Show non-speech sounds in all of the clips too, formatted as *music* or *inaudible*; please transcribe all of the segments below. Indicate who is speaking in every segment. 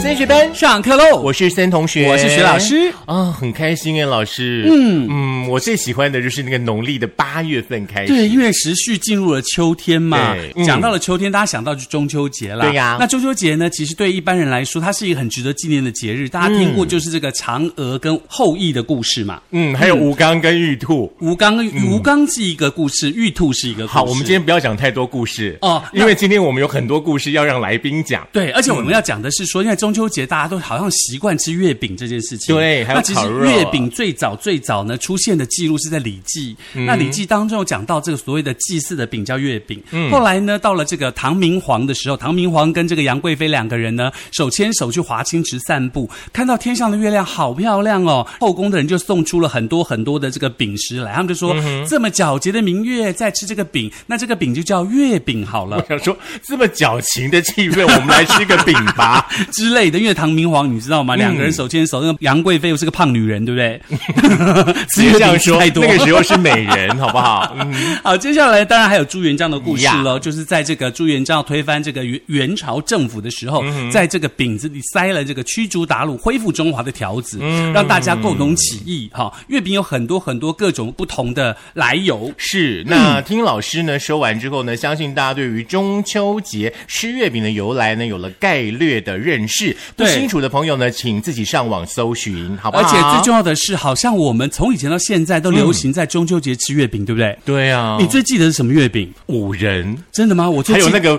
Speaker 1: 森学班，
Speaker 2: 上课喽！
Speaker 1: 我是森同学，
Speaker 2: 我是徐老师
Speaker 1: 啊，很开心哎，老师。嗯嗯，我最喜欢的就是那个农历的八月份开始。
Speaker 2: 对，因为时序进入了秋天嘛
Speaker 1: 对，嗯
Speaker 2: 讲到了秋天，大家想到就中秋节啦。
Speaker 1: 对呀
Speaker 2: 那中秋节呢，其实对一般人来说，它是一个很值得纪念的节日。
Speaker 1: 嗯
Speaker 2: 大家听过就是这个嫦娥跟后羿的故事嘛？
Speaker 1: 嗯，还有吴刚跟玉兔。
Speaker 2: 吴刚，吴刚是一个故事，玉兔是一个故
Speaker 1: 嗯
Speaker 2: 事。
Speaker 1: 好，我们今天不要讲太多故事
Speaker 2: 哦那
Speaker 1: 因为今天我们有很多故事要让来宾讲。
Speaker 2: 对，而且
Speaker 1: 嗯
Speaker 2: 我们要讲的是说，因为中秋节大家都好像习惯吃月饼这件事情。
Speaker 1: 对还有
Speaker 2: 那其实
Speaker 1: 烤肉
Speaker 2: 月饼最早最早呢出现的记录是在《礼记》，
Speaker 1: 嗯
Speaker 2: 那《礼记》当中有讲到这个所谓的祭祀的饼叫月饼。
Speaker 1: 嗯
Speaker 2: 后来呢，到了这个唐明皇的时候，唐明皇跟这个杨贵妃两个人呢手牵手去华清池散步，看到天上的月亮好漂亮哦，后宫的人就送出了很多很多的这个饼食来，他们就
Speaker 1: 嗯
Speaker 2: 说、这么皎洁的明月在吃这个饼，那这个饼就叫月饼好了
Speaker 1: 我。想说，这么矫情的气氛，我们来吃个饼
Speaker 2: *laughs*
Speaker 1: 吧。
Speaker 2: 之类的，因为唐明皇你知道吗？
Speaker 1: 嗯
Speaker 2: 两个人手牵手，那个杨贵妃又是个胖女人，对不对？
Speaker 1: *laughs* 直接这样说，
Speaker 2: 太多。
Speaker 1: 那个时候是美人，好不好？嗯。
Speaker 2: 好，接下来当然还有朱元璋的故事喽，就是在这个朱元璋推翻这个元元朝政府的时
Speaker 1: 嗯
Speaker 2: 候，在这个饼子里塞了这个驱逐鞑虏、恢复中华的条子，
Speaker 1: 嗯
Speaker 2: 让大家共同起义。哈，月饼有很多很多各种不同的来由。
Speaker 1: 是，
Speaker 2: 嗯
Speaker 1: 那听老师呢说完之后呢，相信大家对于中秋节吃月饼的由来呢有了概略的认识。不
Speaker 2: 对
Speaker 1: 清楚的朋友呢，请自己上网搜寻，好不好？
Speaker 2: 而且最重要的是，好像我们从以前到现在都流
Speaker 1: 嗯
Speaker 2: 行在中秋节吃月饼，对不对？
Speaker 1: 对啊，
Speaker 2: 你最记得是什么月饼？
Speaker 1: 五人，
Speaker 2: 真的吗？我最
Speaker 1: 还有
Speaker 2: 记
Speaker 1: 那个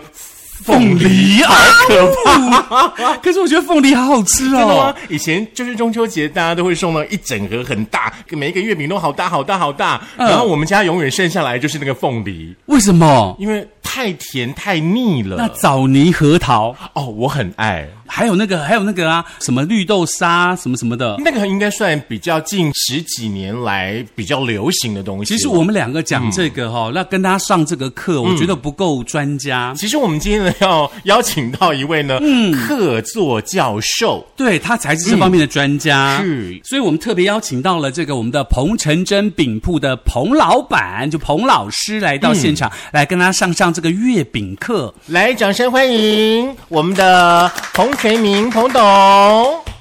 Speaker 2: 凤
Speaker 1: 凤梨，好可
Speaker 2: 啊
Speaker 1: 怕！
Speaker 2: *laughs* 可是我觉得凤梨好好吃
Speaker 1: 真的吗
Speaker 2: 哦。？
Speaker 1: 以前就是中秋节，大家都会送到一整盒很大，每一个月饼都好大好大好大。
Speaker 2: 嗯
Speaker 1: 然后我们家永远剩下来就是那个凤梨，
Speaker 2: 为什么？
Speaker 1: 因为太甜太腻
Speaker 2: 那
Speaker 1: 了。
Speaker 2: 枣泥核桃，
Speaker 1: 哦，我很爱。
Speaker 2: 还有那个，还有那个啊，什么绿豆沙，什么什么的。
Speaker 1: 那个应该算比较近十几年来比较流行的东西。
Speaker 2: 其实我。们两个讲这个哈、哦，那跟大家上这个课，我觉得不够专家。
Speaker 1: 其实我们今天呢要邀请到一位呢，
Speaker 2: 嗯
Speaker 1: 客座教授，
Speaker 2: 对他才是这方面的专家，
Speaker 1: 嗯是
Speaker 2: 所以我们特别邀请到了这个我们的彭成真饼铺的彭老板，就彭老师来到现
Speaker 1: 嗯
Speaker 2: 场，来跟他上上这个月饼课。
Speaker 1: 来，掌声欢迎我们的彭垂明彭董。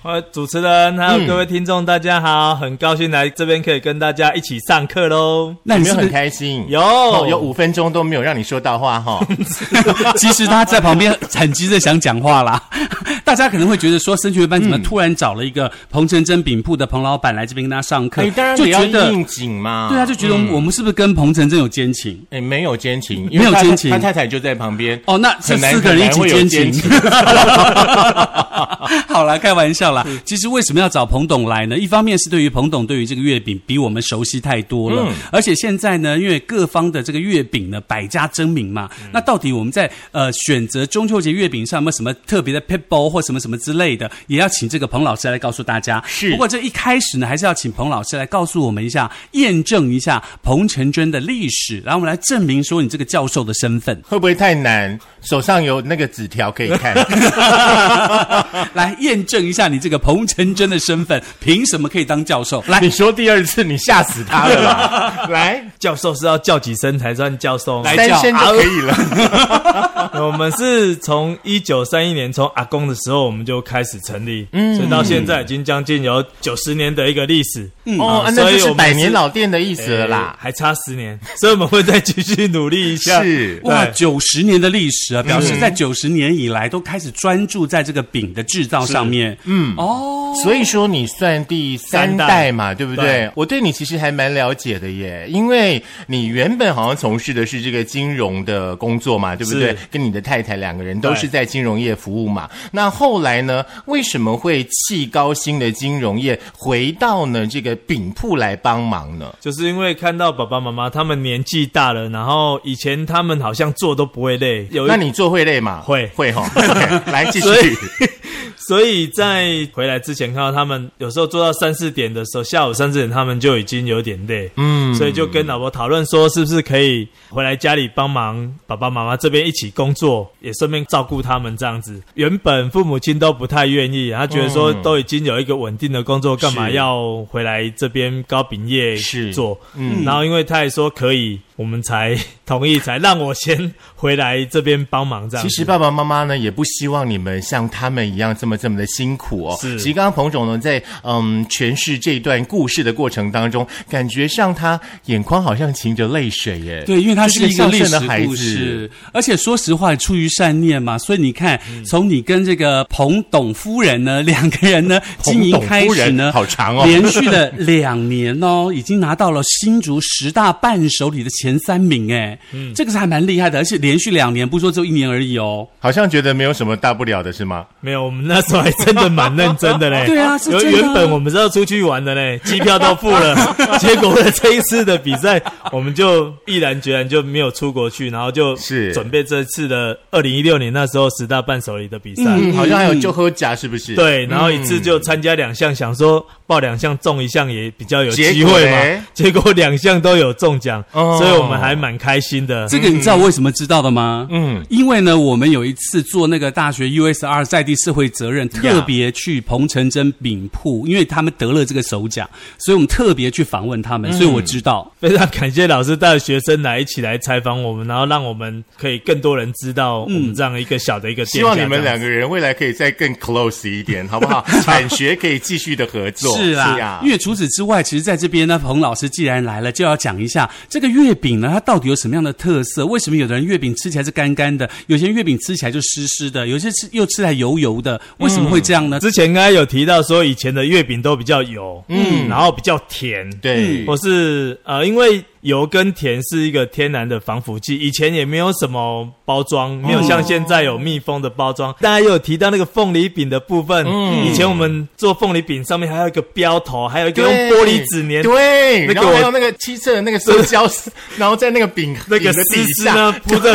Speaker 3: 呃，主持人还有各位听众，大家好，很高兴来这边可以跟大家一起上课喽。
Speaker 2: 那
Speaker 1: 有
Speaker 2: 你
Speaker 1: 没
Speaker 2: 是
Speaker 1: 有
Speaker 2: 不
Speaker 1: 很
Speaker 2: 是
Speaker 1: 开心？
Speaker 3: 有
Speaker 1: 哦有五分钟都没有让你说到话
Speaker 2: *laughs*
Speaker 1: 哈、 *laughs*
Speaker 2: 其实他在旁边很急着想讲话啦。 *laughs* 大家可能会觉得说，升学班怎么
Speaker 1: 嗯
Speaker 2: 突然找了一个彭城真饼铺的彭老板来这边跟大家上课
Speaker 1: 哎，，当然
Speaker 2: 就
Speaker 1: 得要
Speaker 2: 觉得
Speaker 1: 应景嘛。嗯
Speaker 2: 对啊，就觉得我们是不是跟彭城真有奸情？
Speaker 1: 哎没有奸情，因为
Speaker 2: 没有
Speaker 1: 他
Speaker 2: 奸情
Speaker 1: 他太太就在旁边。
Speaker 2: 哦，那这
Speaker 1: 很难
Speaker 2: 四个人一
Speaker 1: 很难
Speaker 2: 起
Speaker 1: 会有
Speaker 2: 奸
Speaker 1: 奸
Speaker 2: 情
Speaker 1: 情。
Speaker 2: *laughs* 好啦，开玩笑啦。其实为什么要找彭董来呢？一方面是对于彭董对于这个月饼比我们熟悉太多
Speaker 1: 嗯
Speaker 2: 了，而且现在呢，因为各方的这个月饼呢百家争鸣嘛，
Speaker 1: 嗯
Speaker 2: 那到底我们在呃选择中秋节月饼上有没有什么特别的 p i t b a l l 或什么什么之类的，也要请这个彭老师来告诉大家。
Speaker 1: 是
Speaker 2: 不过这一开始呢，还是要请彭老师来告诉我们一下，验证一下彭成真的历史，然后我们来证明说你这个教授的身份。
Speaker 1: 会不会太难？手上有那个纸条可以看。
Speaker 2: *laughs* 来验证一下你这个彭成真的身份，凭什么可以当教授？ *laughs* 来，
Speaker 1: 你说第二次，你吓死他了啦！
Speaker 2: *laughs*
Speaker 1: 来，
Speaker 3: 教授是要叫几声才算教授吗？
Speaker 1: 三
Speaker 2: 来叫
Speaker 1: 哦声就可以了。
Speaker 3: *laughs* 我们是从一九三一年从阿公的时候我们就开始成立，所以到现在已经将近有九十年的一个历史。嗯
Speaker 1: 哦，啊那就是百年老店的意思了啦。
Speaker 3: 哎还差十年，所以我们会再继续努力一下。
Speaker 1: 是
Speaker 2: 哇，
Speaker 3: 对
Speaker 2: 九十年的历史啊，表示在九十年以来都开始专注在这个饼的制造上面。嗯，哦，
Speaker 1: 所以说你算第三代嘛，对不对
Speaker 3: 对？
Speaker 1: 我对你其实还蛮了解的耶，因为你原本好像从事的是这个金融的工作嘛，对不对
Speaker 3: 是？
Speaker 1: 跟你的太太两个人都是在金融业服务嘛。那后来呢，为什么会弃高薪的金融业，回到呢这个饼铺来帮忙呢？
Speaker 3: 就是因为看到爸爸妈妈他们年纪大了，然后以前他们好像做都不会累，有一
Speaker 1: 那你做会累吗？
Speaker 3: 会
Speaker 1: 会
Speaker 3: *laughs*
Speaker 1: 哈、OK，来继续。
Speaker 3: 所以 *laughs* 所以在回来之前看到他们有时候做到三四点的时候，下午三四点他们就已经有点累，嗯，所以就跟老婆讨论说，是不是可以回来家里帮忙爸爸妈妈这边一起工作，也顺便照顾他们这样子。原本父母亲都不太愿意，他觉得说
Speaker 1: 嗯
Speaker 3: 都已经有一个稳定的工作，干嘛
Speaker 1: 是
Speaker 3: 要回来这边糕饼业
Speaker 1: 是
Speaker 3: 做？
Speaker 1: 嗯
Speaker 3: 嗯，然后因为他也说可以。我们才同意，才让我先回来这边帮忙这样
Speaker 1: 其
Speaker 3: 子。
Speaker 1: 实爸爸妈妈呢，也不希望你们像他们一样这么这么的辛苦哦。
Speaker 3: 是
Speaker 1: 其实刚刚彭总呢，在嗯诠释这段故事的过程当中，感觉上他眼眶好像噙着泪水耶。
Speaker 2: 对，因为它
Speaker 1: 这
Speaker 2: 是
Speaker 1: 是
Speaker 2: 一个
Speaker 1: 孝
Speaker 2: 历
Speaker 1: 顺
Speaker 2: 史
Speaker 1: 的孩子。
Speaker 2: 故事，而且说实话，出于善念嘛，所以你看，
Speaker 1: 嗯
Speaker 2: 从你跟这个彭董夫人呢，两个人呢
Speaker 1: 彭
Speaker 2: 经营
Speaker 1: 董
Speaker 2: 开
Speaker 1: 夫
Speaker 2: 始
Speaker 1: 人
Speaker 2: 呢，
Speaker 1: 好长哦
Speaker 2: 连续的两年哦，已经拿到了新竹十大伴手礼的前三名，哎，
Speaker 1: 嗯
Speaker 2: 这个是还蛮厉害的，而且连续两年，不是说只有一年而已哦。
Speaker 1: 好像觉得没有什么大不了的是吗？
Speaker 3: 没有，我们那时候还真的蛮认真的
Speaker 2: *laughs*
Speaker 3: 嘞。
Speaker 2: 对啊是
Speaker 3: 有
Speaker 2: 真的啊
Speaker 3: 原本我们是要出去玩的嘞，机票都
Speaker 2: *laughs*
Speaker 3: 付了，结果为了这一次的比赛，我们就毅然决然就没有出国去，然后就是准备这次的二零一六年那时候十大伴手礼的比赛。
Speaker 2: 嗯
Speaker 1: 好像还有就喝甲是不是？
Speaker 3: 对，然后一次就参加两项，想说报两项中一项也比较有
Speaker 1: 结
Speaker 3: 机
Speaker 1: 果
Speaker 3: 会
Speaker 1: 嘞
Speaker 3: 嘛。结果两项都有中奖，
Speaker 1: 哦
Speaker 3: 所以我们还蛮开心的。
Speaker 2: 这个你知道为什么知道的吗？
Speaker 1: 嗯
Speaker 2: 嗯，因为呢，我们有一次做那个大学 USR 在地社会责任，特别去彭城珍饼铺，因为他们得了这个首奖，所以我们特别去访问他们，所以我知道。
Speaker 3: 非常感谢老师带学生来一起来采访我们，然后让我们可以更多人知道我们这样一个小的一个店
Speaker 1: 希
Speaker 3: 家。
Speaker 1: 望你们两
Speaker 3: 个
Speaker 1: 个人未来可以再更 close 一点，好不
Speaker 2: *laughs*
Speaker 1: 好？产学可以继续的合作。
Speaker 2: 是啦，
Speaker 1: 啊
Speaker 2: 因为除此之外，其实在这边呢，彭老师既然来了，就要讲一下这个月饼呢，它到底有什么样的特色？为什么有的人月饼吃起来是干干的，有些月饼吃起来就湿湿的，有些吃又吃起来油油的？为什么会这样呢？
Speaker 3: 之前应该有提到说，以前的月饼都比较油，嗯，然后比较甜，
Speaker 2: 嗯
Speaker 1: 对，
Speaker 3: 或是呃，因为油跟甜是一个天然的防腐剂，以前也没有什么包装，没有像现在有密封的包
Speaker 1: 嗯
Speaker 3: 装。大家有提到那个凤梨饼的部分，以前我们做凤梨饼上面还有一个标头，还有一个用
Speaker 1: 对
Speaker 3: 玻璃纸粘
Speaker 1: 对，
Speaker 3: 那个
Speaker 1: 然后
Speaker 3: 我
Speaker 1: 还有那个七色的那个塑胶
Speaker 3: *laughs*
Speaker 1: 丝，然后在那个饼
Speaker 3: 那个
Speaker 1: 饼的
Speaker 3: 丝
Speaker 1: 底
Speaker 3: 丝
Speaker 1: 下
Speaker 3: 呢铺着，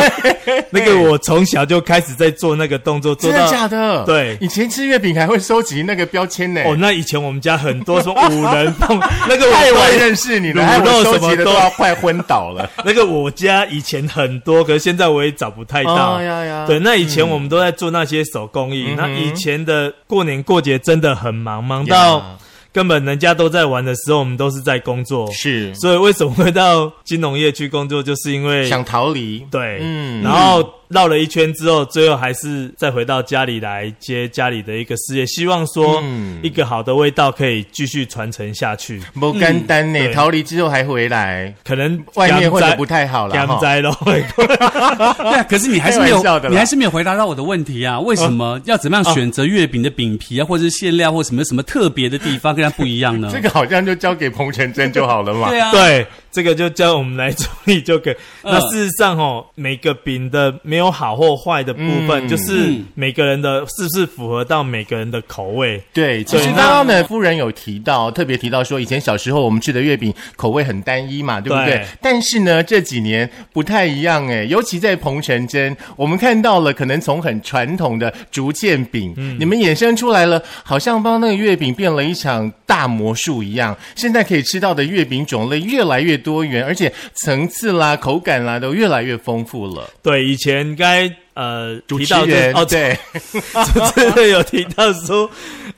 Speaker 3: 那个我从小就开始在做那个动作，做
Speaker 1: 真的假
Speaker 3: 到。
Speaker 1: 的？
Speaker 3: 对
Speaker 1: 以前吃月饼还会收集那个标签呢。
Speaker 3: 哦，那以前我们家很多什么五仁凤，那个
Speaker 1: 太
Speaker 3: 我
Speaker 1: 会认识你了，
Speaker 3: 卤
Speaker 1: 害我
Speaker 3: 肉
Speaker 1: 收
Speaker 3: 什么
Speaker 1: 集的
Speaker 3: 都
Speaker 1: 都要快昏倒
Speaker 3: *laughs*
Speaker 1: 了。
Speaker 3: 那个我家以前很多，可是现在我也找不太到。
Speaker 1: 哦呀呀嗯
Speaker 3: 哎对，那以前我们都在做那些手工艺，
Speaker 1: 嗯哼
Speaker 3: 那以前的过年过节真的很忙，忙到根本人家都在玩的时候，我们都是在工作。
Speaker 1: 是
Speaker 3: 所以为什么会到金融业去工作，就是因为
Speaker 1: 想逃离，
Speaker 3: 对，
Speaker 1: 嗯
Speaker 3: 嗯，然后绕了一圈之后，最后还是再回到家里来接家里的一个事业，希望说
Speaker 1: 嗯
Speaker 3: 一个好的味道可以继续传承下去。
Speaker 1: 不简单呢。
Speaker 3: 嗯对
Speaker 1: 逃离之后还回来，
Speaker 3: 可能
Speaker 1: 外面混的不
Speaker 3: 太
Speaker 1: 太好了哈。*laughs*
Speaker 3: 灾咯。
Speaker 2: *laughs* 对啊，可是你还是没
Speaker 1: 开玩笑的啦哦
Speaker 2: 有，你还是没有回答到我的问题啊？为什么要怎么样选择月饼的饼皮啊，或者是馅料，或什么什么特别的地方跟它不一样呢？
Speaker 1: *laughs* 这个好像就交给彭晨真就好了嘛。
Speaker 2: 对啊，
Speaker 3: 对，这个就叫我们来处理就可以。
Speaker 2: 嗯
Speaker 3: 那事实上哦，每个饼的没有好或坏的部分，
Speaker 1: 嗯
Speaker 3: 就是
Speaker 2: 嗯
Speaker 3: 每个人的是不是符合到每个人的口味。
Speaker 1: 对，其实
Speaker 3: 对
Speaker 1: 刚刚呢，夫人有提到，特别提到说，以前小时候我们吃的月饼口味很单一嘛，对不对？
Speaker 3: 对
Speaker 1: 但是呢，这几年不太一样诶，尤其在彭城镇，我们看到了可能从很传统的竹签饼，
Speaker 3: 嗯
Speaker 1: 你们衍生出来了，好像帮那个月饼变了一场大魔术一样。现在可以吃到的月饼种类越来越多元，而且层次啦、口感啦都越来越丰富了。
Speaker 3: 对，以前应该呃
Speaker 1: 主
Speaker 3: 提
Speaker 1: 持
Speaker 3: 到这
Speaker 1: 人
Speaker 3: 哦，
Speaker 1: 对，
Speaker 3: *laughs* 真的有提到说，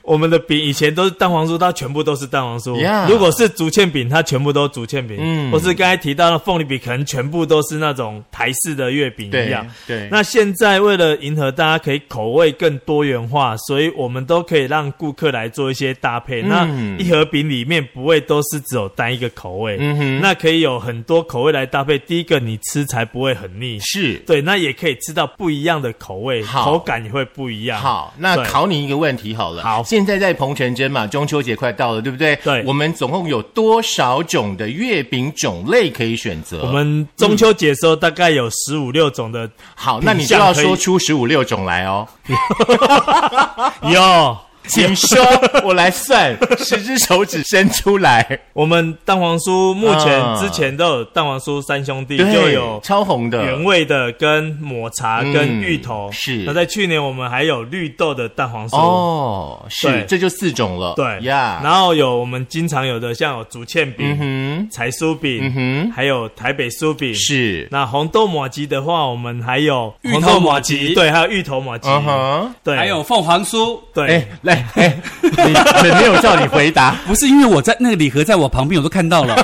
Speaker 3: 我们的饼以前都是蛋黄酥，它全部都是蛋黄酥。
Speaker 1: Yeah
Speaker 3: 如果是竹签饼，它全部都是竹签饼。
Speaker 1: 嗯
Speaker 3: 嗯，或是刚才提到的凤梨饼，可能全部都是那种台式的月饼一样。
Speaker 1: 对对
Speaker 3: 那现在为了迎合大家可以口味更多元化，所以我们都可以让顾客来做一些搭配。
Speaker 1: 嗯
Speaker 3: 那一盒饼里面不会都是只有单一个口味，
Speaker 1: 嗯哼
Speaker 3: 那可以有很多口味来搭配。第一个你吃才不会很腻。
Speaker 1: 是。
Speaker 3: 对，那也可以吃到不一样的口味，
Speaker 1: 好
Speaker 3: 口感也会不一样。
Speaker 1: 好，那
Speaker 3: 对
Speaker 1: 考你一个问题好了。
Speaker 3: 好
Speaker 1: 现在在彭城镇嘛，中秋节快到了，对不对？
Speaker 3: 对
Speaker 1: 我们总共有多少种的月饼种类可以选择？
Speaker 3: 我们中秋节的时候大概有十五六种的
Speaker 1: 好，那你就
Speaker 3: 品相
Speaker 1: 要
Speaker 3: 可以
Speaker 1: 说出十五六种来哦。 *laughs*
Speaker 3: 有，
Speaker 1: 嗯请说，我来算，十只手指伸出
Speaker 3: *laughs*
Speaker 1: 来。
Speaker 3: *laughs* 我们蛋黄酥目
Speaker 1: 啊
Speaker 3: 前之前都有蛋黄酥三兄弟，就有
Speaker 1: 超红的
Speaker 3: 原味的、跟抹茶、
Speaker 1: 嗯
Speaker 3: 跟芋头。
Speaker 1: 是
Speaker 3: 那在去年我们还有绿豆的蛋黄酥。
Speaker 1: 哦，是
Speaker 3: 对，
Speaker 1: 这就四种了。
Speaker 3: 对
Speaker 1: 呀，
Speaker 3: 然后有我们经常有的，像有竹签
Speaker 1: 嗯
Speaker 3: 饼、
Speaker 1: 哼，
Speaker 3: 柴酥
Speaker 1: 嗯
Speaker 3: 饼，
Speaker 1: 哼
Speaker 3: 还有台北酥饼。
Speaker 1: 是，
Speaker 3: 那红豆马吉的话，我们还有
Speaker 2: 芋头
Speaker 3: 红豆
Speaker 2: 马
Speaker 3: 吉
Speaker 2: 吉
Speaker 3: 对，还有芋头马吉，
Speaker 1: 嗯哼，
Speaker 3: 对，
Speaker 2: 还有凤凰酥。
Speaker 3: 对，
Speaker 1: 哎，来哎哎， *laughs* 你没有叫你回答，
Speaker 2: 不是因为我在那个礼盒在我旁边，我都看到了。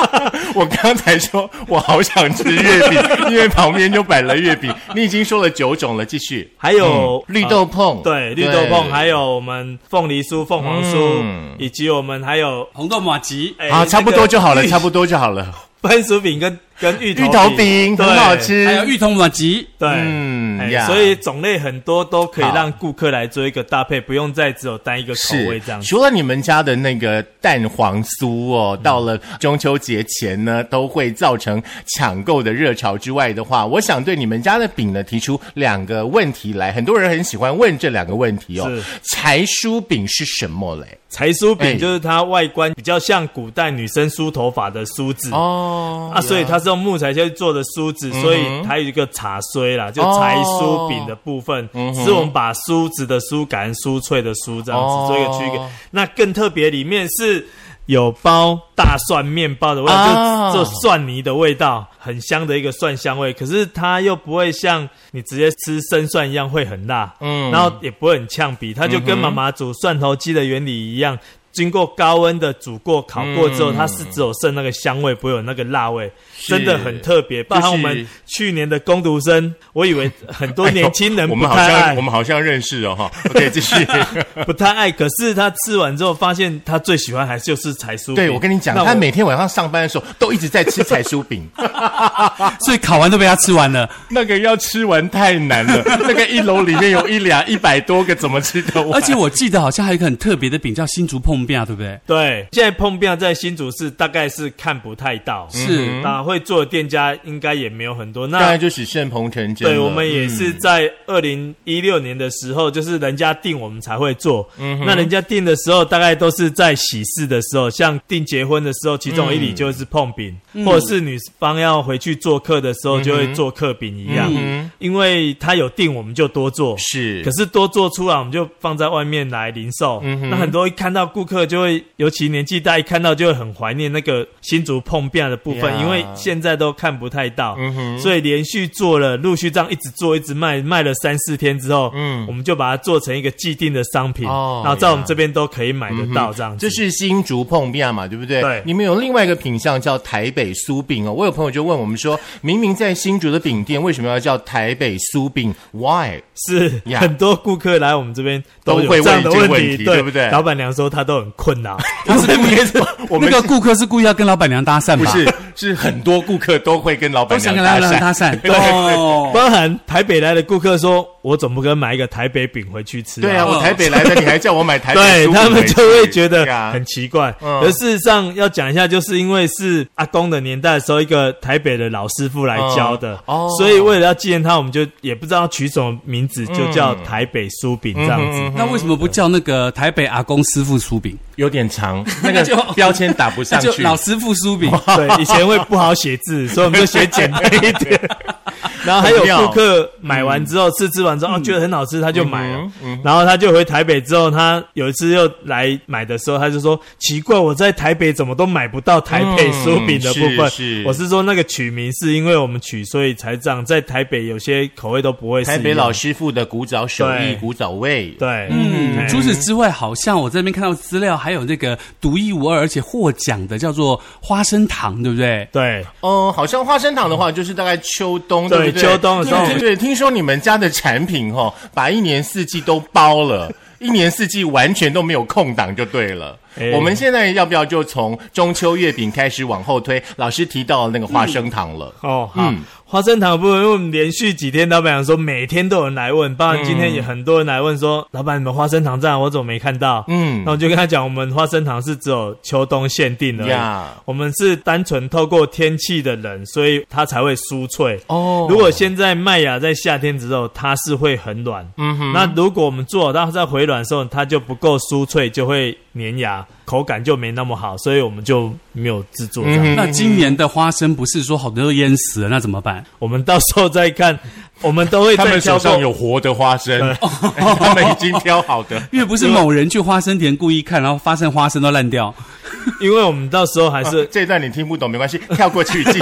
Speaker 1: *laughs* 我刚才说我好想吃月饼，因为旁边就摆了月饼。你已经说了九种了，继续。
Speaker 3: 还有
Speaker 1: 嗯
Speaker 3: 呃
Speaker 1: 绿豆椪，
Speaker 3: 啊对，绿豆椪，还有我们凤梨酥、凤凰酥，以及我们还有
Speaker 2: 红豆马吉，
Speaker 3: 哎
Speaker 1: 嗯好，差不多就好了，
Speaker 3: 这个
Speaker 1: 差不多就好了。
Speaker 3: 番薯饼跟跟芋
Speaker 1: 芋头饼
Speaker 3: 对
Speaker 1: 很好，吃，
Speaker 2: 还有芋头马吉。
Speaker 3: 对，
Speaker 1: 嗯
Speaker 3: 哎
Speaker 1: 呀
Speaker 3: 所以种类很多都可以
Speaker 1: 好
Speaker 3: 让顾客来做一个搭配，不用再只有单一个口
Speaker 1: 是
Speaker 3: 味这样，子。
Speaker 1: 除了你们家的那个蛋黄酥哦，到了中秋节前呢，都会造成抢购的热潮之外的话，我想对你们家的饼呢提出两个问题来。很多人很喜欢问这两个问题哦
Speaker 3: 是，
Speaker 1: 柴酥饼是什么嘞？
Speaker 3: 柴酥
Speaker 1: 哎
Speaker 3: 饼就是它外观比较像古代女生梳头发的梳子。
Speaker 1: 哦嗯
Speaker 3: 啊，所以它是用木材先做的梳子，所以它有一个茶虽啦，就柴酥饼的部
Speaker 1: 哦
Speaker 3: 分，
Speaker 1: 嗯
Speaker 3: 是我们把梳子的酥感、酥脆的酥这样子
Speaker 1: 哦
Speaker 3: 做一个区隔。那更特别，里面是有包大蒜面包的味
Speaker 1: 啊
Speaker 3: 道，就就蒜泥的味道，很香的一个蒜香味。可是它又不会像你直接吃生蒜一样会很辣，
Speaker 1: 嗯
Speaker 3: 嗯，然后也不会很呛鼻，它就跟妈妈煮蒜头鸡的原理一样。经过高温的煮过、烤过之后，
Speaker 1: 嗯
Speaker 3: 它是只有剩那个香味，不会有那个辣味。
Speaker 1: 是
Speaker 3: 真的很特别。包含我们去年的工读生，我以为很多年轻人
Speaker 1: 哎我
Speaker 3: 不
Speaker 1: 们好
Speaker 3: 太
Speaker 1: 像
Speaker 3: 爱
Speaker 1: 我，们好像认识哦 *laughs* 哈。OK，继续。
Speaker 3: 不太爱。可是他吃完之后，发现他最喜欢还是就是柴酥饼。
Speaker 1: 对我跟你讲，
Speaker 3: 那
Speaker 1: 他每天晚上上班的时候都一直在吃柴酥饼。
Speaker 2: 所以烤完都被他吃完了，
Speaker 1: *laughs* 那个要吃完太难 *laughs* 了，那个一楼里面有一两一百多个，怎么吃得完？
Speaker 2: 而且我记得好像还有一个很特别的饼叫新竹碰面，对
Speaker 1: *laughs*
Speaker 2: 不对？
Speaker 3: 对现在碰面在新竹市大概是看不太到，
Speaker 1: 嗯
Speaker 2: 是
Speaker 3: 啊，会做的店家应该也没有很多。
Speaker 1: 当然
Speaker 3: 那
Speaker 1: 就只剩彭城真了。嗯
Speaker 3: 对，我们也是在二零一六年的时候，就是人家订我们才会做。那人家订的时候，大概都是在喜事的时候，像订结婚的时候，其中一礼就是碰饼，或者是女方要回去做客的时候，就会做客饼一样。因为他有订，我们就多做。
Speaker 1: 是，嗯
Speaker 3: 可是多做出来，我们就放在外面来零售。那很多一看到顾客就会，尤其年纪大，一看到就会很怀念那个新竹碰面的部分
Speaker 1: Yeah 嗯
Speaker 3: 因为现在都看不太到。所以连续做了，陆续这样一直做，一直卖，卖了三四天之后，
Speaker 1: 嗯
Speaker 3: 我们就把它做成一个既定的商品
Speaker 1: 哦
Speaker 3: 然后在我们
Speaker 1: yeah
Speaker 3: 这边都可以买得到这样
Speaker 1: 这
Speaker 3: 子。
Speaker 1: 嗯是新竹碰面嘛，对不对？
Speaker 3: 对
Speaker 1: 你们有另外一个品相叫台北酥饼哦。我有朋友就问我们说，明明在新竹的饼店，为什么要叫台北酥饼？Why？
Speaker 3: 是
Speaker 1: Yeah
Speaker 3: 很多顾客来我们这边
Speaker 1: 都
Speaker 3: 有
Speaker 1: 会
Speaker 3: 这样的
Speaker 1: 问这个
Speaker 3: 问
Speaker 1: 问题对
Speaker 3: 对
Speaker 1: 不对
Speaker 3: 老板娘说她都很困扰，
Speaker 2: 他是故意，
Speaker 1: *laughs* 我们
Speaker 2: 那个顾客是故意要跟老板娘搭讪吧？
Speaker 1: 不是， *laughs* 是很多顾客都会跟老板
Speaker 2: 都想
Speaker 1: 娘
Speaker 2: 跟老
Speaker 1: 搭
Speaker 2: 板娘搭
Speaker 1: 讪。 *laughs*
Speaker 2: 讪。哦，
Speaker 3: 包含台北来的顾客说，我总不跟买一个台北饼回去吃、
Speaker 1: 对啊，
Speaker 2: 哦
Speaker 1: 我台北来的，你还叫我买台北酥
Speaker 3: 对
Speaker 1: 饼
Speaker 3: 他们
Speaker 1: 回去
Speaker 3: 就会觉得
Speaker 1: 对啊
Speaker 3: 很奇怪。
Speaker 1: 嗯
Speaker 3: 而事实上要讲一下，就是因为是阿公的年代的时候，一个台北的老师傅来教的，
Speaker 1: 嗯哦
Speaker 3: 所以为了要纪念他，我们就也不知道取什么名字，就叫
Speaker 1: 嗯
Speaker 3: 台北酥饼这样子。
Speaker 2: 那为什么不叫那个台北阿公师傅酥饼？
Speaker 1: 有点
Speaker 2: *laughs*
Speaker 1: 长，那
Speaker 2: 那
Speaker 1: 个
Speaker 2: 就
Speaker 1: 标签打不
Speaker 2: *laughs* 那
Speaker 1: 上
Speaker 2: 就
Speaker 1: 去。
Speaker 2: 老师傅酥饼。
Speaker 3: 对，以前会不好写字，所以我们就写简单一
Speaker 1: *laughs*
Speaker 3: 点。然后还有顾客买
Speaker 1: 嗯
Speaker 3: 完之后试吃完之后，哦，觉得很好吃，他就买了。然后他就回台北之后，他有一次又来买的时候，他就说：“奇怪，我在台北怎么都买不到台北酥饼的部
Speaker 1: 嗯
Speaker 3: 分。
Speaker 1: 是是
Speaker 3: 我是说那个取名是因为我们取，所以才这样。在台北有些口味都不会是一
Speaker 1: 台
Speaker 3: 样。
Speaker 1: 北老师傅的古早手艺、
Speaker 3: 对
Speaker 1: 古早味。
Speaker 3: 对，
Speaker 2: 嗯，
Speaker 3: 哎
Speaker 2: 除此之外，好像我这边看到资料，还有那个独一无二而且获奖的叫做花生糖，对不对？
Speaker 3: 对。
Speaker 1: 哦，好像花生糖的话，就是大概秋冬，
Speaker 3: 对
Speaker 1: 对不对？
Speaker 3: 秋冬的时候
Speaker 1: 对对对，听说你们家的产品哦，把一年四季都包了。一年四季完全都没有空档就对了。
Speaker 3: 哎
Speaker 1: 我们现在要不要就从中秋月饼开始往后推？老师提到那个花生糖了，
Speaker 3: 哦，好，
Speaker 1: 嗯
Speaker 3: 花生糖的部分，因为我们连续几天老板娘说每天都有人来问，包含今天也很多人来问说，老板你们花生糖啊站我怎么没看到？
Speaker 1: 嗯
Speaker 3: 嗯，那我就跟他讲，我们花生糖是只有秋冬限定的
Speaker 1: 呀
Speaker 3: 我们是单纯透过天气的冷，所以它才会酥脆。
Speaker 1: 哦
Speaker 3: 如果现在麦芽在夏天之后，它是会很软，嗯哼，那如果我们做好它在回软的时候，它就不够酥脆，就会粘牙，口感就没那么好，所以我们就没有制作这样。
Speaker 1: 嗯
Speaker 2: 那今年的花生不是说好多都淹死了，那怎么办？
Speaker 1: 嗯
Speaker 3: 我们到时候再看， *laughs* 我们都
Speaker 1: *laughs*
Speaker 3: 会
Speaker 1: 他
Speaker 3: 再
Speaker 1: 们手
Speaker 3: 挑
Speaker 1: 上
Speaker 3: 过。
Speaker 1: 有活的花生， *laughs* 他们已经挑好 *laughs* 的。
Speaker 2: 因为不是某人去花生田故意看，然后发现花生都烂掉。
Speaker 1: 哦
Speaker 3: 因为我们到时候还是
Speaker 1: 啊这一段你听不懂没关系，跳过去继续。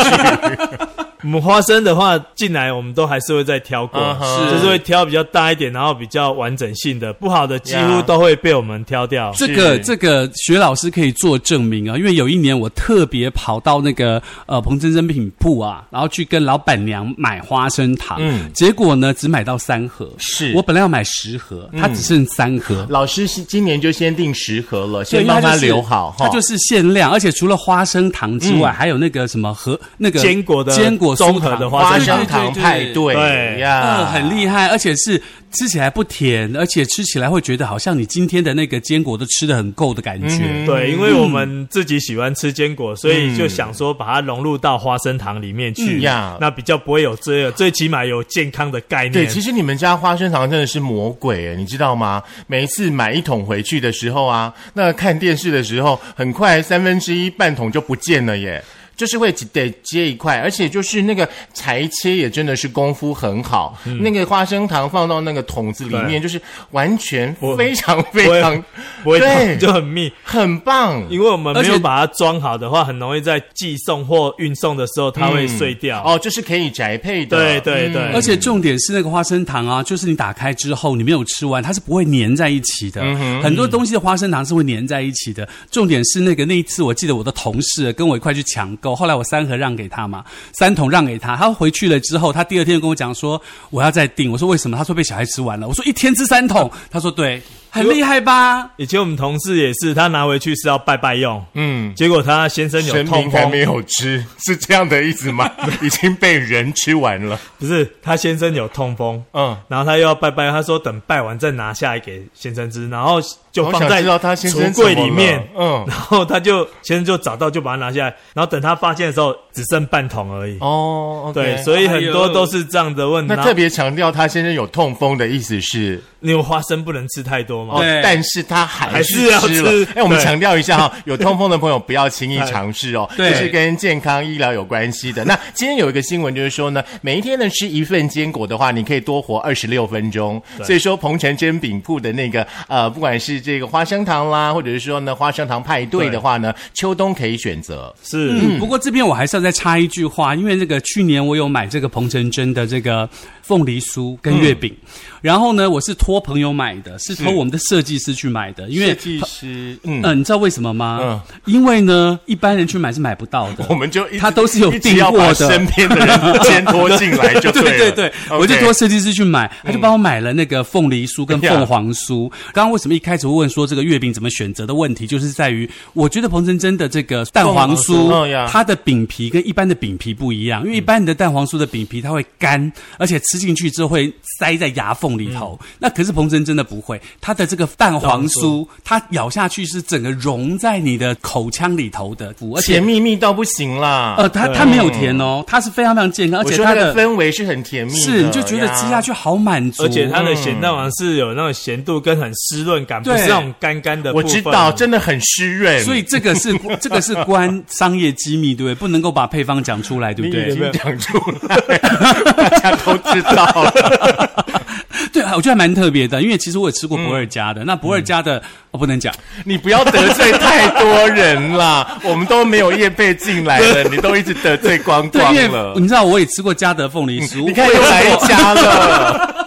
Speaker 3: 我们花生的话进来，我们都还是会再挑过
Speaker 1: 嗯哼
Speaker 3: 就是会挑比较大一点，然后比较完整性的，不好的几乎
Speaker 1: 呀
Speaker 3: 都会被我们挑掉。
Speaker 2: 这个
Speaker 1: 是
Speaker 2: 这个学老师可以做证明啊，因为有一年我特别跑到那个呃彭真珍品铺啊，然后去跟老板娘买花生糖，
Speaker 1: 嗯
Speaker 2: 结果呢只买到三盒，
Speaker 1: 是嗯
Speaker 2: 我本来要买十盒，它只剩三
Speaker 1: *laughs*
Speaker 2: 盒。
Speaker 1: 老师是今年就先定十盒了，
Speaker 2: 对
Speaker 1: 先
Speaker 2: 因为
Speaker 1: 帮
Speaker 2: 它
Speaker 1: 他
Speaker 2: 就是
Speaker 1: 留好哈。嗯
Speaker 2: 它就是限量，而且除了花生糖之外，还有那个什么和那个
Speaker 3: 坚果的
Speaker 2: 坚果
Speaker 3: 综
Speaker 2: 酥
Speaker 3: 合
Speaker 2: 糖
Speaker 3: 的
Speaker 1: 花
Speaker 3: 花
Speaker 1: 生
Speaker 3: 生
Speaker 1: 糖
Speaker 2: 对对对
Speaker 1: 派对，啊
Speaker 3: 对
Speaker 1: 呀，
Speaker 2: 嗯，很厉害，而且是吃起来不甜，而且吃起来会觉得好像你今天的那个坚果都吃的很够的感
Speaker 1: 嗯
Speaker 2: 觉。
Speaker 3: 对，因为我们自己喜欢吃坚果，所以就想说把它融入到花生糖里面
Speaker 1: 嗯
Speaker 3: 去
Speaker 1: 呀，
Speaker 3: 那比较不会有罪恶，最起码有健康的概
Speaker 1: 对，
Speaker 3: 念。
Speaker 1: 其实你们家花生糖真的是魔鬼欸诶，你知道吗？每一次买一桶回去的时候啊，那看电视的时候，很快三分之一半桶就不见了耶。就是会得接一块，而且就是那个裁切也真的是功夫很好。那个花生糖放到那个桶子里
Speaker 3: 嗯对
Speaker 1: 面，就是完全
Speaker 3: 不
Speaker 1: 非
Speaker 3: *laughs*
Speaker 1: 常非
Speaker 3: 不会
Speaker 1: 常
Speaker 3: 不会
Speaker 1: 对
Speaker 3: *laughs* 就很密，
Speaker 1: 很棒。
Speaker 3: 因为我们没
Speaker 2: 而
Speaker 3: 有
Speaker 2: 且
Speaker 3: 把它装好的话，很容易在寄送或运送的时候它会碎掉。
Speaker 1: 哦，就是可以宅配的。嗯
Speaker 3: 对对对
Speaker 2: 而且重点是那个花生糖啊，就是你打开之后你没有吃完，它是不会粘在一起的。很多东西的花生糖是会粘在一起的。重点是那个那一次，我记得我的同事跟我一块去抢购，后来我三盒让给他嘛，三桶让给他。他回去了之后，他第二天跟我讲说我要再订，我说为什么？他说被小孩吃完了。我说一天吃三桶，他说对，很厉害吧？
Speaker 3: 以前我们同事也是，他拿回去是要拜拜用，
Speaker 1: 嗯，
Speaker 3: 结果他先生有
Speaker 1: 神
Speaker 3: 痛
Speaker 1: 明还没
Speaker 3: 风，
Speaker 1: 有吃，是这样的意思
Speaker 3: *laughs*
Speaker 1: 吗？已经被人吃完了。
Speaker 3: 不是他先生有痛风，
Speaker 1: 嗯，
Speaker 3: 然后他又要拜拜，他说等拜完再拿下来给先生吃，然后就
Speaker 1: 我
Speaker 3: 放
Speaker 1: 想
Speaker 3: 在
Speaker 1: 哦知道他先
Speaker 3: 橱
Speaker 1: 生
Speaker 3: 柜
Speaker 1: 怎么
Speaker 3: 里面，
Speaker 1: 了嗯
Speaker 3: 然后他就先生就找到就把它拿下来，然后等他发现的时候只剩半桶而已。
Speaker 1: 哦，
Speaker 3: 对，
Speaker 1: 以
Speaker 3: 所以很
Speaker 2: 哎
Speaker 3: 多
Speaker 2: 呦
Speaker 3: 都是这样的问题。
Speaker 1: 那特别强调他先生有痛风的意思是，哦
Speaker 3: 你有花生不能吃太多吗？
Speaker 2: 对
Speaker 1: 但是他还是
Speaker 3: 还
Speaker 1: 吃
Speaker 3: 是要
Speaker 1: 了
Speaker 3: 吃。
Speaker 1: 哎，我们
Speaker 3: 对
Speaker 1: 强调一下哈，有痛风的朋友不要轻易
Speaker 3: 哎
Speaker 1: 尝试哦，
Speaker 2: 对
Speaker 1: 就是跟健康医疗有关系的。那今天有一个新闻就是说呢，每一天呢吃一份坚果的话，你可以多活二十六分钟。所以说，鹏城煎饼铺的那个呃，不管是这个花生糖啦，或者是说呢花生糖派对的话呢，秋冬可以选择。
Speaker 3: 是、
Speaker 2: 嗯，不过这边我还是要再插一句话，因为那个去年我有买这个彭城珍的这个凤梨酥跟月饼，然后呢，我是托朋友买的，是托我们的设计师去买的，因为
Speaker 1: 设计师，嗯
Speaker 2: 嗯、呃你知道为什么吗？因为呢，一般人去买是买不到的
Speaker 1: *laughs* 我。们就一直
Speaker 2: 他都是有
Speaker 1: 一直
Speaker 2: 订
Speaker 1: 要
Speaker 2: 货
Speaker 1: 把
Speaker 2: 的
Speaker 1: 身边的人先拖进来就
Speaker 2: *laughs* 对
Speaker 1: 对了
Speaker 2: 对，
Speaker 1: OK
Speaker 2: 我就托设计师去买，他就帮我买了那个凤梨酥跟凤凰酥。刚刚为什么一开始会问说这个月饼怎么选择的问题，就是在于我觉得彭真真的这个蛋
Speaker 1: 凤凰
Speaker 2: 黄
Speaker 1: 酥嗯
Speaker 2: 酥
Speaker 1: 呀，
Speaker 2: 它的饼皮跟一般的饼皮不一样，因为一般的蛋黄酥的饼皮它会干，而且吃进去之后会塞在牙缝里头。
Speaker 1: 嗯
Speaker 2: 那可是彭真真的不会，它的这个蛋黄酥，它咬下去是整个融在你的口腔里头的，而且
Speaker 1: 甜蜜蜜到不行啦。
Speaker 2: 呃，它它没有甜哦，它是非常非常健康，而
Speaker 1: 嗯我
Speaker 2: 且
Speaker 1: 说
Speaker 2: 它
Speaker 1: 它
Speaker 2: 的
Speaker 1: 的。氛围是很甜蜜的，
Speaker 2: 是，你就觉得
Speaker 1: 呀
Speaker 2: 吃下去好满足，
Speaker 3: 而且它的咸
Speaker 1: 嗯
Speaker 3: 蛋黄是有那种咸度跟很湿润感，不是
Speaker 2: 对
Speaker 3: 那种干干的部
Speaker 1: 我
Speaker 3: 分。
Speaker 1: 知道，真的很湿润，
Speaker 2: 所以这
Speaker 1: *laughs*
Speaker 2: 个是这个是关商业机密，对不对？不能够把配方讲出来，对
Speaker 1: 你
Speaker 2: 不
Speaker 1: 已
Speaker 2: 对？ *laughs*
Speaker 1: 经讲出来，大家都知道了。
Speaker 2: *laughs* 对，我觉得还蛮特别的，因为其实我也吃过博
Speaker 1: *laughs*
Speaker 2: 尔加的，那博尔加
Speaker 1: 嗯
Speaker 2: 的我不能讲，
Speaker 1: 你不要得罪太多人啦，我们都没有叶贝进来了，你都一直得罪光
Speaker 2: 对，
Speaker 1: 光
Speaker 2: 因
Speaker 1: 了
Speaker 2: 为。你知道我也吃过嘉德凤梨酥，
Speaker 1: 你看
Speaker 2: 我
Speaker 1: 又
Speaker 2: 也
Speaker 1: 来一家了。 *laughs*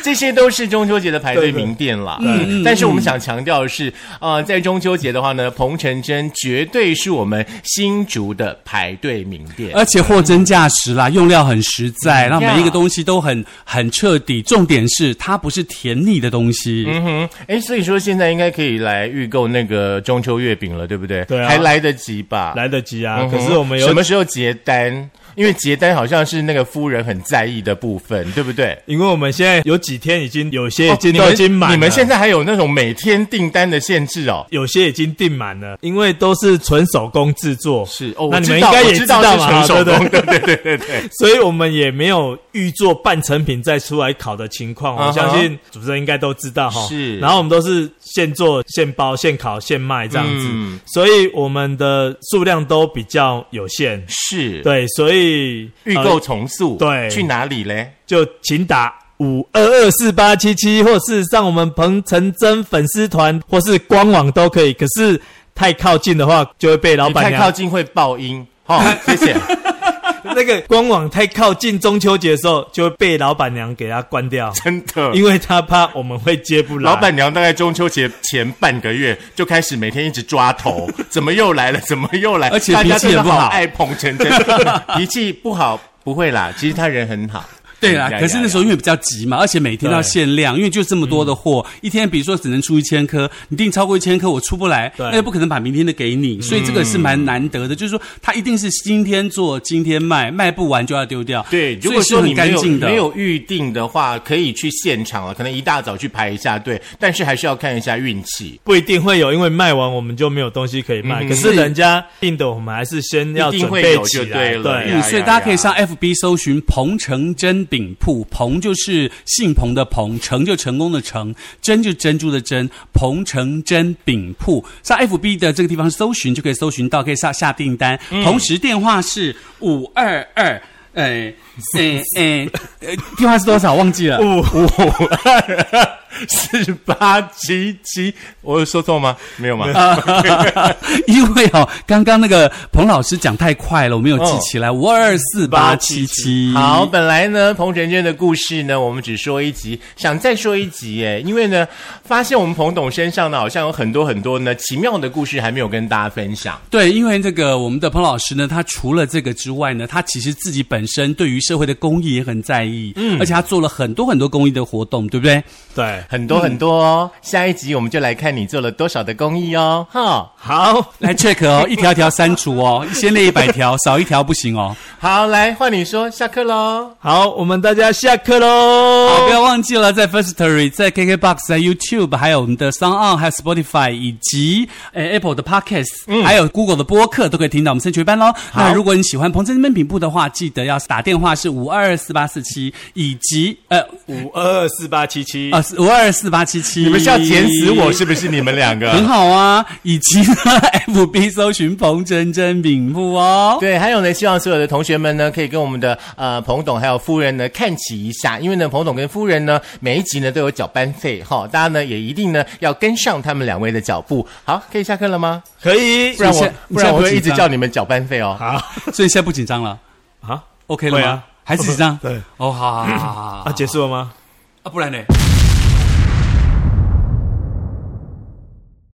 Speaker 1: 这些都是中秋节的排队名店啦，嗯，但是我们想强调的是，
Speaker 3: 嗯
Speaker 1: 呃，在中秋节的话呢，彭城珍绝对是我们新竹的排队名店。
Speaker 3: 呃
Speaker 2: 而且货真价实
Speaker 1: *laughs*
Speaker 2: 啦，用料很实
Speaker 1: 嗯
Speaker 2: 在，然后每一个东西都很很彻底。重点是它不是甜腻的东西，
Speaker 1: 嗯哼，哎，所以说现在应该可以来预购那个中秋月饼了，对不对？
Speaker 3: 对啊
Speaker 1: 还来得及吧？
Speaker 3: 来得及啊。
Speaker 1: 嗯
Speaker 3: 可
Speaker 1: 哼，
Speaker 3: 是我们有
Speaker 1: 什么时候结单？因为结单好像是那个夫人很在意的部分，对不对？哦
Speaker 3: 因为我们现在有几天已经有些已经
Speaker 1: 你
Speaker 3: 都
Speaker 1: 们
Speaker 3: 已经满了、
Speaker 1: 你们现在还有那种每天订单的限制哦。
Speaker 3: 有些已经订满了，因为都是纯手工制作，
Speaker 1: 是哦，
Speaker 3: 那
Speaker 1: 我
Speaker 3: 你
Speaker 1: 知
Speaker 3: 们
Speaker 1: 道
Speaker 3: 应该
Speaker 1: 我
Speaker 3: 也
Speaker 1: 知道
Speaker 3: 嘛，
Speaker 1: 是纯手
Speaker 3: 对
Speaker 1: 工
Speaker 3: 不
Speaker 1: 的，对
Speaker 3: 对
Speaker 1: 对对
Speaker 3: *laughs*
Speaker 1: 对，
Speaker 3: 所以我们也没有预做半成品再出来烤的情况，
Speaker 1: 嗯哼
Speaker 3: 我相信主持人应该都知道哈。
Speaker 1: 是
Speaker 3: 然后我们都是现做、现包、现烤、现卖这样子，
Speaker 1: 嗯
Speaker 3: 所以我们的数量都比较有限。
Speaker 1: 是
Speaker 3: 对，所以
Speaker 1: 预
Speaker 3: 呃
Speaker 1: 购重塑，
Speaker 3: 对
Speaker 1: 去哪里嘞？
Speaker 3: 就请打五二二四八七七，或是上我们彭城真粉丝团，或是官网都可以。可是太靠近的话，就会被老 *laughs*
Speaker 1: 你
Speaker 3: 板
Speaker 1: 太靠
Speaker 3: 娘
Speaker 1: 近会爆音，好，谢谢。 *laughs*
Speaker 3: 那个官网太靠近中秋节的时候，就会被老板娘给他关 *laughs* 掉，
Speaker 1: 真的。
Speaker 3: 因为他怕我们会接不来。
Speaker 1: 老板娘大概中秋节前半个月就开始每天一直抓头， *laughs* 怎么又来了？怎么又来？
Speaker 2: 而且
Speaker 1: 大家
Speaker 2: 脾气
Speaker 1: 真的
Speaker 2: 也不好
Speaker 1: 好爱彭晨真， *laughs* 脾气不好不会啦，其实他人很好。
Speaker 2: 对啦
Speaker 1: 哎呀，嗯
Speaker 2: 可是那时候因为比较急嘛，而且每天都要限量，因为就这么多的货，一天比如说只能出一千颗，你定超过一千颗我出不来，
Speaker 3: 对
Speaker 2: 那也不可能把明天的给你，
Speaker 1: 嗯
Speaker 2: 所以这个是蛮难得的。就是说，它一定是今天做，今天卖，卖不完就要丢掉。
Speaker 1: 对，如
Speaker 2: 所
Speaker 1: 果
Speaker 2: 以是
Speaker 1: 说你
Speaker 2: 很
Speaker 1: 没
Speaker 2: 干
Speaker 1: 有
Speaker 2: 净的。
Speaker 1: 没有预定的话，可以去现场啊了，可能一大早去排一下队，但是还是要看一下运气。
Speaker 3: 不一定会有，因为卖完我们就没有东西可以卖。
Speaker 1: 嗯
Speaker 3: 可是人家定的，我们还是先要
Speaker 1: 一定
Speaker 3: 准
Speaker 1: 会
Speaker 3: 备
Speaker 1: 有
Speaker 3: 起
Speaker 1: 就
Speaker 3: 来。
Speaker 1: 对了哎呀
Speaker 3: 对，
Speaker 2: 嗯，所以大家可以上 FB 搜寻“彭城真饼铺”，彭就是姓彭的彭，成就成功的成，真就珍珠的珍，彭城真饼铺。上 FB 的这个地方搜寻就可以搜寻到，可以下下订单。
Speaker 1: 嗯
Speaker 2: 同时电话是五二二。呃，呃呃，呃电话是多少？忘记了。
Speaker 1: 五五二四八七七， *laughs* 我有说错吗？没有吗？
Speaker 2: *laughs* 因为哦，刚刚那个彭老师讲太快了，我没有记起来。五二二四八七七。
Speaker 1: 好，，本来呢，彭承轩的故事呢，我们只说一集，想再说一集耶，因为呢，发现我们彭董身上呢，好像有很多很多呢奇妙的故事还没有跟大家分享。
Speaker 2: 对，因为这个我们的彭老师呢，他除了这个之外呢，他其实自己本身对于社会的公益也很在意，嗯，而且他做了很多很多公益的活动，对不对？ *laughs*
Speaker 3: 对，
Speaker 1: 很多很多哦，下一集我们就来看你做了多少的公益哦，哈。
Speaker 3: 好，
Speaker 2: 来 check 哦，一条一条删除哦， *laughs* 先列一百条，少一条不行哦。
Speaker 1: 好，来换你说，下课喽。
Speaker 3: 好，我们大家下课喽。
Speaker 2: 好，不要忘记了，在 Firstory、在 KKBox、在 YouTube，还有我们的 Sound On、还有 Spotify 以及呃 Apple 的 Podcast，、还有 Google 的播客都可以听到我们升学班喽。那如果你喜欢彭真真品部的话，记得要打电话是五二二四八四七，以及呃
Speaker 3: 五二二四八七七
Speaker 2: 啊，五二二四八七七，
Speaker 1: 你们是要剪死我是不是？你们两
Speaker 2: 很
Speaker 1: 个。
Speaker 2: 好啊，以及呢 *laughs* FB 搜寻彭真真饼铺 *laughs* 哦。
Speaker 1: 对，还有呢，希望所有的同学们呢，可以跟我们的呃彭董还有夫人呢看齐一下，因为呢，彭董跟夫人呢，每一集呢都有缴班费哈、大家呢也一定呢要跟上他们两位的脚步。好，可以下课了吗？
Speaker 3: 可以
Speaker 1: 不然
Speaker 2: 你
Speaker 1: 我
Speaker 2: 现
Speaker 1: 不然我
Speaker 2: 你现在不
Speaker 1: 会
Speaker 2: 紧
Speaker 1: 一直
Speaker 2: 张
Speaker 1: 叫你们缴班费哦。
Speaker 3: 好
Speaker 2: 所以现在不紧张了
Speaker 3: 啊
Speaker 2: ，OK 了吗？
Speaker 3: 会啊
Speaker 1: *laughs*
Speaker 2: 还是紧张？
Speaker 3: 对，
Speaker 2: 哦，好好好好好好
Speaker 3: 啊啊，结束了吗？
Speaker 2: 啊，不然呢？